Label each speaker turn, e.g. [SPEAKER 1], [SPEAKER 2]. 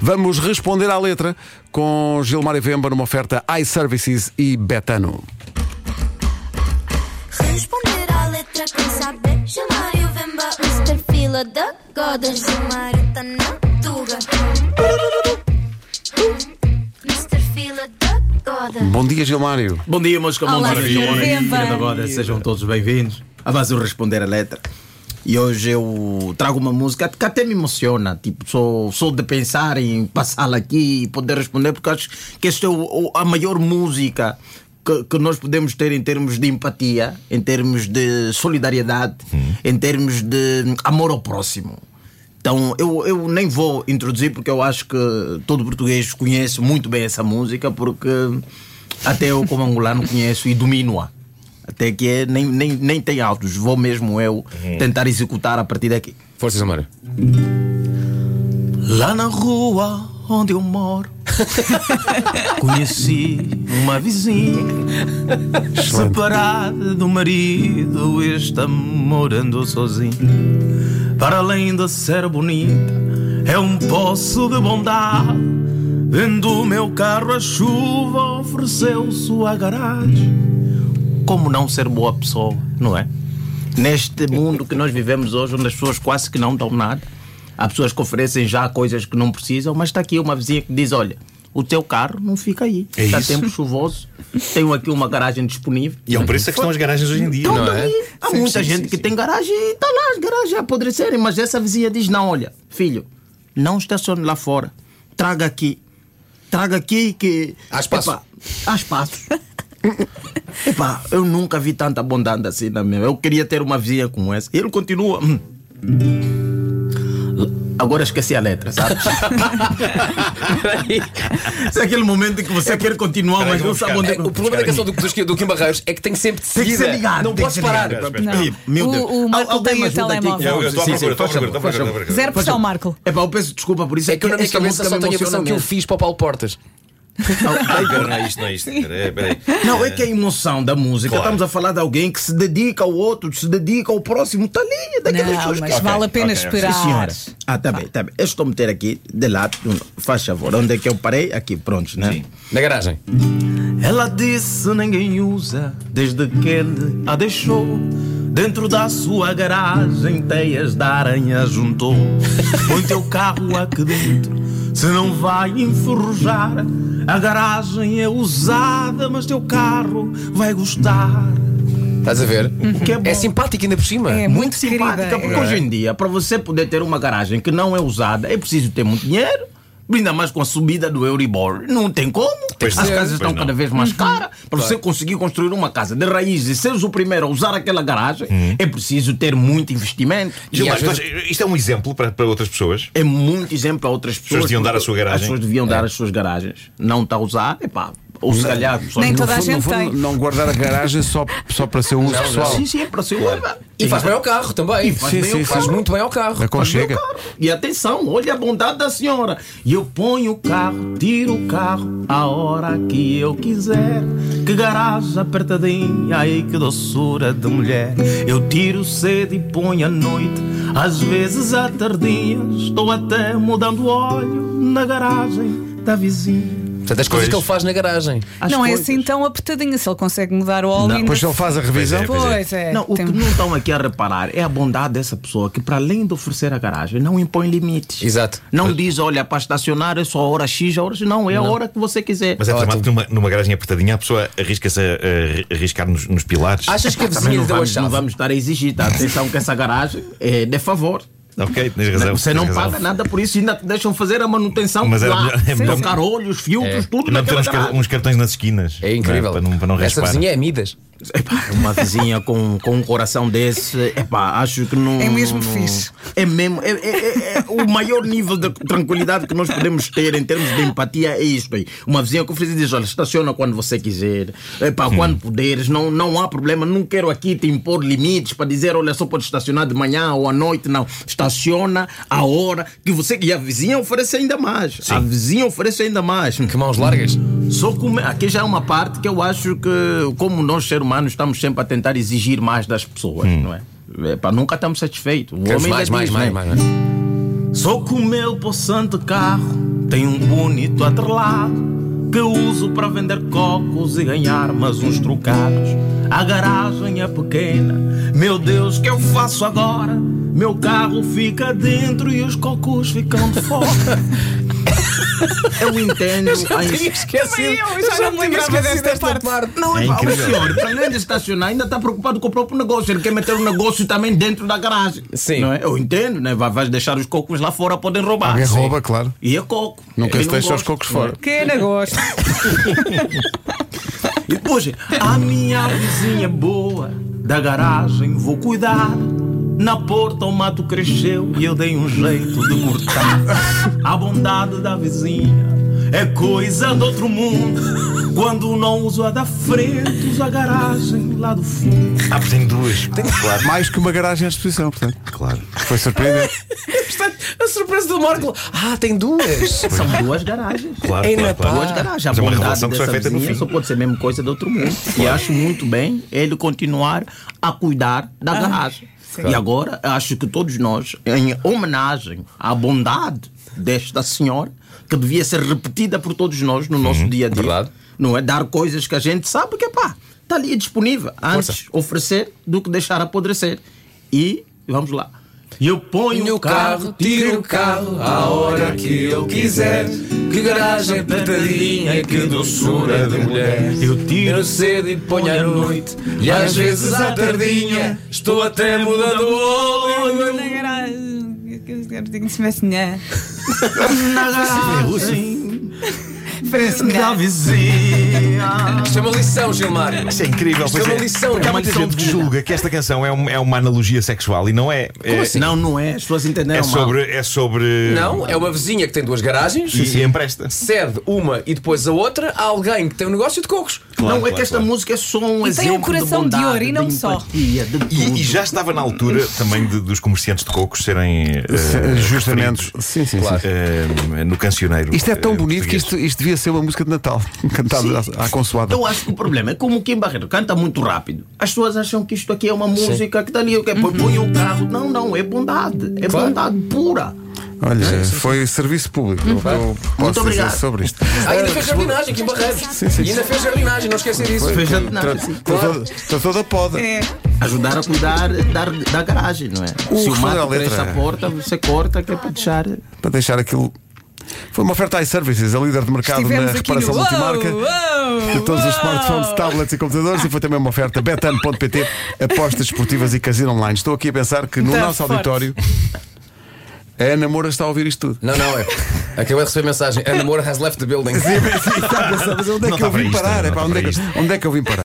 [SPEAKER 1] Vamos responder à letra com Gilmário Vemba numa oferta iServices e Betano.
[SPEAKER 2] Responder à letra quem sabe Chamar o Vemba Mr. Fila da Goda Chamar tá na Tuga Mr. Fila da Goda
[SPEAKER 1] Bom dia, Gilmário.
[SPEAKER 3] Bom dia, meus camões.
[SPEAKER 4] Olá, Sr. Vemba.
[SPEAKER 3] agora, sejam todos bem-vindos. A Vazio Responder a Letra. E hoje eu trago uma música que até me emociona. Tipo, sou, sou de pensar em passá-la aqui e poder responder, porque acho que esta é o- o- a maior música que, que nós podemos ter em termos de empatia, em termos de solidariedade,
[SPEAKER 4] Hum.
[SPEAKER 3] em termos de hum, amor ao próximo. Então eu, eu nem vou introduzir porque eu acho que todo português conhece muito bem essa música porque até eu como angolano conheço e domino-a. Até que é, nem, nem, nem tem altos. Vou mesmo eu
[SPEAKER 5] Uhum.
[SPEAKER 3] tentar executar a partir daqui.
[SPEAKER 6] Força, Samara.
[SPEAKER 3] Lá na rua onde eu moro Conheci uma vizinha Separada do marido Está morando sozinha Para além de ser bonita É um poço de bondade Vendo o meu carro à chuva Ofereceu sua garagem Como não ser boa pessoa, não é? neste mundo que nós vivemos hoje, onde as pessoas quase que não dão nada, há pessoas que oferecem já coisas que não precisam, mas está aqui uma vizinha que diz: Olha, o teu carro não fica aí, está
[SPEAKER 5] É isso?
[SPEAKER 3] tempo chuvoso, tenho aqui uma garagem disponível.
[SPEAKER 5] E ao preço é que estão as garagens hoje em dia,
[SPEAKER 3] Então,
[SPEAKER 5] não é?
[SPEAKER 3] daí, Há
[SPEAKER 5] Sim,
[SPEAKER 3] muita
[SPEAKER 5] sim,
[SPEAKER 3] gente
[SPEAKER 5] sim,
[SPEAKER 3] que
[SPEAKER 5] sim.
[SPEAKER 3] tem garagem e está lá as garagens a apodrecerem, mas essa vizinha diz: Não, olha, filho, não estacione lá fora, traga aqui. Traga aqui que.
[SPEAKER 5] Há espaço.
[SPEAKER 3] Epá, há espaço. Epá, eu nunca vi tanta bondade assim na minha. Eu queria ter uma vizinha como essa. E ele continua. hum. Agora esqueci a letra, sabe? Isso é aquele momento em que você quer continuar, mas não
[SPEAKER 5] vamos
[SPEAKER 3] sabe
[SPEAKER 5] buscar.
[SPEAKER 3] onde é
[SPEAKER 6] O problema da canção do, do, do Kim Barreiros é que tem sempre de
[SPEAKER 3] Tem que
[SPEAKER 6] seguida.
[SPEAKER 3] ser ligado,
[SPEAKER 6] Não
[SPEAKER 3] tem
[SPEAKER 6] podes
[SPEAKER 3] que ser
[SPEAKER 6] parar.
[SPEAKER 5] ligado.
[SPEAKER 6] Pá,
[SPEAKER 5] Espera, espera.
[SPEAKER 3] Ih, Meu
[SPEAKER 4] O-
[SPEAKER 3] Deus.
[SPEAKER 4] o Marco
[SPEAKER 3] Al- alguém
[SPEAKER 4] tem o
[SPEAKER 3] ajuda aqui.
[SPEAKER 4] telemóvel.
[SPEAKER 5] Eu eu estou à
[SPEAKER 6] Sim, sim,
[SPEAKER 5] procura, estou à
[SPEAKER 6] faz
[SPEAKER 5] procura, estou à
[SPEAKER 6] favor,
[SPEAKER 5] procura, estou à procura.
[SPEAKER 4] Zero pressão, Marco.
[SPEAKER 3] É pá, eu peço desculpa por isso.
[SPEAKER 6] É que eu na minha
[SPEAKER 3] esta
[SPEAKER 6] cabeça
[SPEAKER 3] música
[SPEAKER 6] só
[SPEAKER 3] me
[SPEAKER 6] tenho a versão
[SPEAKER 3] emociona
[SPEAKER 6] que eu
[SPEAKER 3] mesmo.
[SPEAKER 6] fiz para o Paulo Portas.
[SPEAKER 5] Não, não é isto, não é isto. Peraí, peraí.
[SPEAKER 3] Não, é que a emoção da música.
[SPEAKER 5] Claro.
[SPEAKER 3] Estamos a falar de alguém que se dedica ao outro, se dedica ao próximo. Está ali, é daquelas
[SPEAKER 4] Não,
[SPEAKER 3] pessoas
[SPEAKER 4] mas
[SPEAKER 3] que.
[SPEAKER 5] Ok,
[SPEAKER 4] vale a pena
[SPEAKER 5] ok, sim,
[SPEAKER 4] esperar.
[SPEAKER 3] Sim, senhora. Ah, tá bem, tá bem. Eu estou a meter aqui de lado. Faz favor. Onde é que eu parei? Aqui, prontos, né? Sim.
[SPEAKER 6] Na garagem.
[SPEAKER 3] Ela disse ninguém usa desde que ele a deixou. Dentro da sua garagem, teias da aranha juntou. Põe teu carro aqui dentro, se não vai enferrujar. A garagem é usada, mas teu carro vai gostar.
[SPEAKER 6] Estás a ver?
[SPEAKER 3] Que é bom.
[SPEAKER 6] É simpático ainda por cima.
[SPEAKER 4] É
[SPEAKER 3] muito,
[SPEAKER 4] muito querida,
[SPEAKER 3] simpática,
[SPEAKER 4] é.
[SPEAKER 3] porque hoje em dia, para você poder ter uma garagem que não é usada, é preciso ter muito dinheiro. Ainda mais com a subida do Euribor. Não tem como.
[SPEAKER 5] Pois
[SPEAKER 3] As
[SPEAKER 5] é,
[SPEAKER 3] casas
[SPEAKER 5] pois
[SPEAKER 3] estão
[SPEAKER 5] não.
[SPEAKER 3] cada vez mais caras. Para você conseguir construir uma casa de raiz e seres o primeiro a usar aquela garagem,
[SPEAKER 5] Uhum.
[SPEAKER 3] é preciso ter muito investimento.
[SPEAKER 5] Gilmar,
[SPEAKER 6] às vezes-
[SPEAKER 5] então, isto é um exemplo para, para outras pessoas.
[SPEAKER 3] É muito exemplo a outras pessoas.
[SPEAKER 5] deviam dar a sua garagem. É.
[SPEAKER 3] As pessoas deviam dar as suas garagens. Não está a usar, epá. Ou se calhar. pessoas
[SPEAKER 4] Nem
[SPEAKER 3] não-
[SPEAKER 4] toda a
[SPEAKER 1] No fundo,
[SPEAKER 4] gente
[SPEAKER 1] no fundo,
[SPEAKER 4] tem.
[SPEAKER 1] não guardar a garagem só, só para ser um uso pessoal.
[SPEAKER 3] Sim, sim, é para ser
[SPEAKER 6] E faz bem ao carro também.
[SPEAKER 3] E faz
[SPEAKER 1] Sim,
[SPEAKER 3] bem ao
[SPEAKER 1] sim,
[SPEAKER 3] carro.
[SPEAKER 6] Faz muito bem ao carro.
[SPEAKER 1] Aconchega.
[SPEAKER 3] E atenção, olha a bondade da senhora. E eu ponho o carro, tiro o carro a hora que eu quiser. Que garagem apertadinha, ai que doçura de mulher. Eu tiro cedo e ponho à noite, às vezes à tardinha. Estou até mudando óleo na garagem da vizinha.
[SPEAKER 6] Portanto, as
[SPEAKER 5] Pois.
[SPEAKER 6] coisas que ele faz na garagem.
[SPEAKER 3] As
[SPEAKER 4] não é
[SPEAKER 3] coisas-
[SPEAKER 4] assim tão apertadinho. Se ele consegue mudar o óleo. ainda-
[SPEAKER 1] Depois Ah, ele faz a revisão.
[SPEAKER 5] Pois é.
[SPEAKER 4] Pois é.
[SPEAKER 3] Não, o
[SPEAKER 4] tem-
[SPEAKER 3] que não estão aqui a reparar é a bondade dessa pessoa que, para além de oferecer a garagem, não impõe limites.
[SPEAKER 6] Exato.
[SPEAKER 3] Não diz, olha, para estacionar é só a hora X, a hora X. Não, é a hora que você quiser.
[SPEAKER 5] Mas é tramado que numa, numa garagem apertadinha a pessoa arrisca-se a, a arriscar nos, nos pilares.
[SPEAKER 6] Achas que a
[SPEAKER 3] Também
[SPEAKER 6] vizinha
[SPEAKER 3] não
[SPEAKER 6] lhe deu a
[SPEAKER 3] vamos, não
[SPEAKER 6] chave?
[SPEAKER 3] vamos estar a exigir, tá? Atenção que essa garagem é de favor.
[SPEAKER 5] Ok, tens razão.
[SPEAKER 3] Você
[SPEAKER 5] tens
[SPEAKER 3] não
[SPEAKER 5] razão.
[SPEAKER 3] paga nada por isso, ainda te deixam fazer a manutenção
[SPEAKER 5] Mas era
[SPEAKER 3] lá.
[SPEAKER 5] melhor- é melhor-
[SPEAKER 3] Trocar olhos, filtros,
[SPEAKER 6] É.
[SPEAKER 3] tudo
[SPEAKER 5] Não um meter
[SPEAKER 3] naquela
[SPEAKER 5] uns, car-
[SPEAKER 3] garagem.
[SPEAKER 5] uns cartões nas esquinas.
[SPEAKER 6] É
[SPEAKER 5] Não,
[SPEAKER 6] incrível.
[SPEAKER 5] é? para não, para não
[SPEAKER 6] Essa
[SPEAKER 5] raspar.
[SPEAKER 6] vizinha é Midas.
[SPEAKER 3] Epá, uma vizinha com, com um coração desse, epá, acho que não.
[SPEAKER 4] É mesmo
[SPEAKER 3] não-
[SPEAKER 4] fixe.
[SPEAKER 3] É mesmo. É, é- é- é o maior nível de tranquilidade que nós podemos ter em termos de empatia é isto aí. Uma vizinha que oferece e diz: olha, estaciona quando você quiser, epá, quando puderes, não, não há problema, não quero aqui te impor limites para dizer: olha, só pode estacionar de manhã ou à noite, não. Estaciona a hora que você. E a vizinha oferece ainda mais. A vizinha oferece ainda mais.
[SPEAKER 6] Que mãos largas.
[SPEAKER 3] Só que aqui já é uma parte que eu acho que, como nós seres humanos, estamos sempre a tentar exigir mais das pessoas, não é? Epá, nunca estamos satisfeitos. O
[SPEAKER 6] Queremos
[SPEAKER 3] homem
[SPEAKER 6] Hum.
[SPEAKER 3] é né?
[SPEAKER 6] mais,
[SPEAKER 3] ainda
[SPEAKER 6] mais,
[SPEAKER 3] diz,
[SPEAKER 6] mais,
[SPEAKER 3] né?
[SPEAKER 6] mais. mais.
[SPEAKER 3] Só com o meu possante carro Tenho um bonito atrelado que uso para vender cocos e ganhar mais uns trocados. A garagem é pequena, meu Deus, que eu faço agora? Meu carro fica dentro e os cocos ficam de fora. eu entendo. a ins-
[SPEAKER 6] esquecido.
[SPEAKER 4] eu,
[SPEAKER 6] tinha
[SPEAKER 4] já não me lembrava
[SPEAKER 6] esquecido
[SPEAKER 4] desta parte.
[SPEAKER 3] Não,
[SPEAKER 5] É
[SPEAKER 3] é pá, o
[SPEAKER 5] incrível.
[SPEAKER 3] senhor, para além de estacionar, ainda está preocupado com o próprio negócio. Ele quer meter o negócio também dentro da garagem.
[SPEAKER 6] Sim.
[SPEAKER 3] Não é? Eu entendo, né? Vai, vai deixar os cocos lá fora, podem roubar.
[SPEAKER 1] Alguém
[SPEAKER 3] Sim.
[SPEAKER 1] rouba, claro.
[SPEAKER 3] E é coco.
[SPEAKER 1] Nunca
[SPEAKER 3] Eu
[SPEAKER 1] se
[SPEAKER 3] não
[SPEAKER 1] deixa os
[SPEAKER 3] gosto.
[SPEAKER 1] cocos fora.
[SPEAKER 4] Que negócio.
[SPEAKER 3] E depois, a minha vizinha boa da garagem vou cuidar. Na porta o mato cresceu e eu dei um jeito de cortar. A bondade da vizinha é coisa do outro mundo. Quando não uso a da frente, uso a garagem lá do fundo.
[SPEAKER 5] Ah, porque tem duas. Claro.
[SPEAKER 1] Mais que uma garagem à disposição, portanto.
[SPEAKER 5] claro.
[SPEAKER 1] Foi surpreendente.
[SPEAKER 6] A surpresa do Marco. Ah, tem duas.
[SPEAKER 3] São duas garagens.
[SPEAKER 5] é. Claro,
[SPEAKER 6] Em
[SPEAKER 5] claro, claro.
[SPEAKER 6] Nepal.
[SPEAKER 3] Duas garagens. A
[SPEAKER 5] Mas é uma
[SPEAKER 3] bondade
[SPEAKER 5] relação que só é
[SPEAKER 3] dessa
[SPEAKER 5] feita no
[SPEAKER 3] vizinha
[SPEAKER 5] fim.
[SPEAKER 3] só pode ser mesmo coisa do outro mundo. E acho muito bem ele continuar a cuidar da garagem. E agora acho que todos nós, em homenagem à bondade desta senhora, que devia ser repetida por todos nós no
[SPEAKER 5] Uhum,
[SPEAKER 3] nosso dia a dia,
[SPEAKER 6] verdade.
[SPEAKER 3] não é? Dar coisas que a gente sabe que pá, está ali disponível. Antes oferecer do que deixar apodrecer. E vamos lá. Eu ponho
[SPEAKER 6] Ponho o carro, tiro o carro a hora que eu quiser. Que garagem apertadinha, que doçura de mulher.
[SPEAKER 3] Eu tiro
[SPEAKER 6] Tiro cedo e ponho à noite. E às vezes à tardinha, estou até mudando o
[SPEAKER 4] Na
[SPEAKER 6] olho.
[SPEAKER 4] garagem. Que- que- que- que- se mete nha.
[SPEAKER 3] na
[SPEAKER 5] é
[SPEAKER 3] garagem.
[SPEAKER 4] Parece
[SPEAKER 3] da
[SPEAKER 4] nha.
[SPEAKER 3] vizinha.
[SPEAKER 6] Isto é uma lição, Gilmário.
[SPEAKER 5] Isso é incrível.
[SPEAKER 6] Isto é
[SPEAKER 5] pois
[SPEAKER 6] uma lição.
[SPEAKER 5] Porque há muita gente que julga que esta canção é, um- é uma analogia sexual e não é. é
[SPEAKER 3] Não, não é. As pessoas entenderam
[SPEAKER 5] É
[SPEAKER 3] mal.
[SPEAKER 5] sobre. É sobre
[SPEAKER 6] Não, é uma vizinha que tem duas garagens.
[SPEAKER 5] E, e empresta.
[SPEAKER 6] Cede uma e depois a outra a alguém que tem um negócio de cocos.
[SPEAKER 5] Claro,
[SPEAKER 3] não, é
[SPEAKER 5] claro,
[SPEAKER 3] que esta
[SPEAKER 5] claro.
[SPEAKER 3] música é só um
[SPEAKER 4] E tem um
[SPEAKER 3] exemplo
[SPEAKER 4] coração de
[SPEAKER 3] de, bondade,
[SPEAKER 4] ouro, e não
[SPEAKER 3] de
[SPEAKER 4] só.
[SPEAKER 3] empatia, de tudo.
[SPEAKER 5] E, e já estava na altura também de- dos comerciantes de cocos serem. eh,
[SPEAKER 1] Se- Justamente.
[SPEAKER 5] referidos,
[SPEAKER 1] Sim, sim, sim.
[SPEAKER 5] eh, no cancioneiro.
[SPEAKER 1] Isto é tão
[SPEAKER 5] eh,
[SPEAKER 1] bonito que
[SPEAKER 5] português.
[SPEAKER 1] isto, isto devia ser uma música de Natal, cantada à, à consoada.
[SPEAKER 3] Eu acho que o problema é como o Kim Barreto canta muito rápido. As pessoas acham que isto aqui é uma música que está ali. o quê? Põe põe o carro. Não, não. É bondade. É bondade pura.
[SPEAKER 1] Olha, foi serviço público. Eu- eu
[SPEAKER 3] Muito
[SPEAKER 1] posso dizer
[SPEAKER 3] obrigado.
[SPEAKER 1] sobre isto.
[SPEAKER 6] Ah, ainda fez jardinagem, aqui em Barreiros. E ainda fez jardinagem, não esquecer disso.
[SPEAKER 3] Foi jardinagem, sim.
[SPEAKER 1] Estou toda- estou toda a poda.
[SPEAKER 4] É.
[SPEAKER 3] Ajudar a cuidar da, da garagem, não é?
[SPEAKER 1] O
[SPEAKER 3] Se o
[SPEAKER 1] refrão da
[SPEAKER 3] mato
[SPEAKER 1] letra
[SPEAKER 3] cresce a
[SPEAKER 1] é-
[SPEAKER 3] porta, você corta, que é para deixar...
[SPEAKER 1] Para deixar aquilo. Foi uma oferta iServices, a líder de mercado na
[SPEAKER 4] Estivemos aqui no.
[SPEAKER 1] reparação multimarca.
[SPEAKER 4] Uou, uou,
[SPEAKER 1] De todos os
[SPEAKER 4] uou.
[SPEAKER 1] smartphones, tablets e computadores, e foi também uma oferta betano.pt, apostas esportivas e casino online. Estou aqui a pensar que no
[SPEAKER 4] Tá
[SPEAKER 1] nosso
[SPEAKER 4] forte.
[SPEAKER 1] auditório a Ana Moura está a ouvir isto tudo.
[SPEAKER 6] Não, não, é. Acabei de receber mensagem. Ana Moura has left the building.
[SPEAKER 1] Mas onde é
[SPEAKER 5] Não
[SPEAKER 1] que eu
[SPEAKER 5] está para
[SPEAKER 1] vim
[SPEAKER 5] isto,
[SPEAKER 1] parar? Epá,
[SPEAKER 5] não está
[SPEAKER 1] onde, é
[SPEAKER 5] para
[SPEAKER 1] que, onde é que eu vim parar?